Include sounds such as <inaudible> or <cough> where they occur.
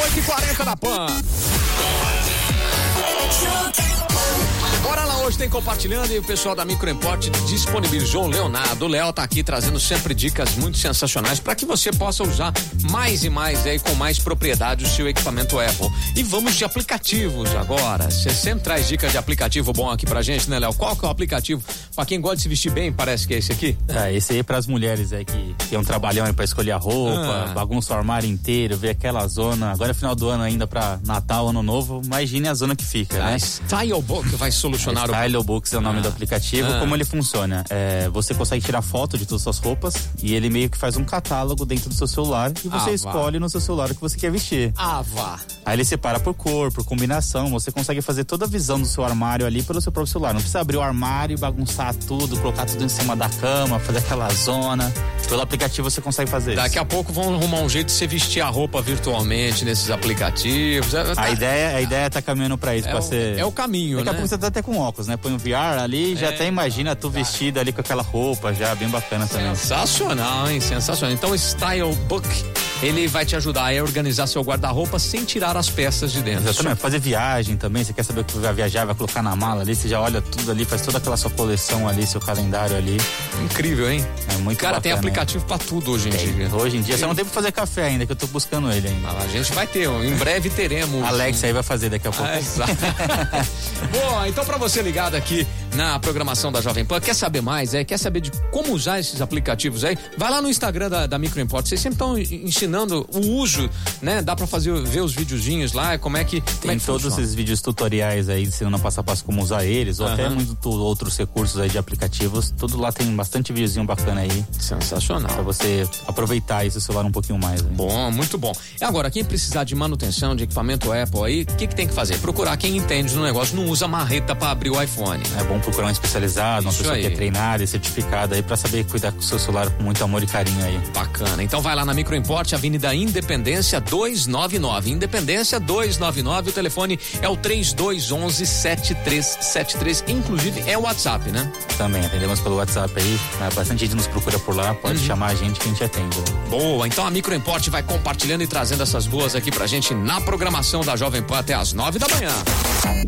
8h40 da PAN. Bora lá, hoje tem compartilhando e o pessoal da Microimporte disponibilizou o Leonardo. O Léo tá aqui trazendo sempre dicas muito sensacionais para que você possa usar mais e mais aí com mais propriedade o seu equipamento Apple. E vamos de aplicativos agora. Você sempre traz dicas de aplicativo bom aqui pra gente, né, Léo? Qual que é o aplicativo? Pra quem gosta de se vestir bem, parece que é esse aqui. Ah, esse aí é pras mulheres aí que tem um trabalhão aí pra escolher a roupa, Ah. bagunça o armário inteiro, ver aquela zona. Agora é final do ano ainda pra Natal, Ano Novo. Imagine a zona que fica, A né? Stylebook É, vai solucionar o Style Books é o nome Ah. do aplicativo. Ah. Como ele funciona? É, você consegue tirar foto de todas as suas roupas e ele meio que faz um catálogo dentro do seu celular e Ah, vá. você escolhe no seu celular o que você quer vestir. Ava. Aí ele separa por cor, por combinação. Você consegue fazer toda a visão do seu armário ali pelo seu próprio celular. Não precisa abrir o armário, bagunçar tudo, colocar tudo em cima da cama, fazer aquela zona. Pelo aplicativo você consegue fazer isso. Daqui a pouco vão arrumar um jeito de você vestir a roupa virtualmente nesses aplicativos. É, tá- A ideia, a ideia tá caminhando pra isso, é pra o, ser. é o caminho, Daqui a né? pouco você tá até com óculos, né? Põe um VR ali, já É, até imagina tu vestida ali com aquela roupa, já bem bacana também. É. Sensacional, hein? Sensacional. Então, o Stylebook, ele vai te ajudar a organizar seu guarda-roupa sem tirar as peças de dentro. Exatamente, fazer viagem também, você quer saber o que vai viajar, vai colocar na mala ali, você já olha tudo ali, faz toda aquela sua coleção ali, seu calendário ali. Incrível, hein? É muito Cara, tem bacana, aplicativo pra tudo hoje em dia. Ah, Hoje em dia, só não tem pra fazer café ainda, que eu tô buscando ele ainda. A gente vai ter, ó, em breve <laughs> teremos. Alex aí vai fazer daqui a pouco. Ah, exato. <laughs> Bom, então pra você ligado aqui na programação da Jovem Pan, quer saber mais, é, quer saber de como usar esses aplicativos aí, vai lá no Instagram da, da Microimport. Vocês sempre estão ensinando o uso, né? Dá pra fazer, ver os videozinhos lá, como é que como é Tem que todos funciona. esses vídeos tutoriais aí ensinando a passo a passo como usar eles, ou até Aham. muitos outros recursos aí de aplicativos. Tudo lá tem bastante videozinho bacana aí, pra Sensacional. você aproveitar esse celular um pouquinho mais. né? Bom, muito bom. E agora, quem precisar de manutenção de equipamento Apple aí, o que, que tem que fazer? Procurar quem entende do negócio, não usa marreta pra abrir o iPhone. É bom procurar um especializado, uma Isso pessoa que é aí. treinada e certificada aí pra saber cuidar do seu celular com muito amor e carinho aí. Bacana. Então vai lá na Microimporte, Avenida Independência 299. Independência 299, o telefone é o 3211 7373. Inclusive é o WhatsApp, né? Também atendemos pelo WhatsApp aí, né? bastante gente nos procura por lá, Uhum. pode chamar a gente que a gente atende. né? Boa. Então a Microimporte vai compartilhando e trazendo essas boas aqui pra gente na programação da Jovem Pan até as 9 da manhã.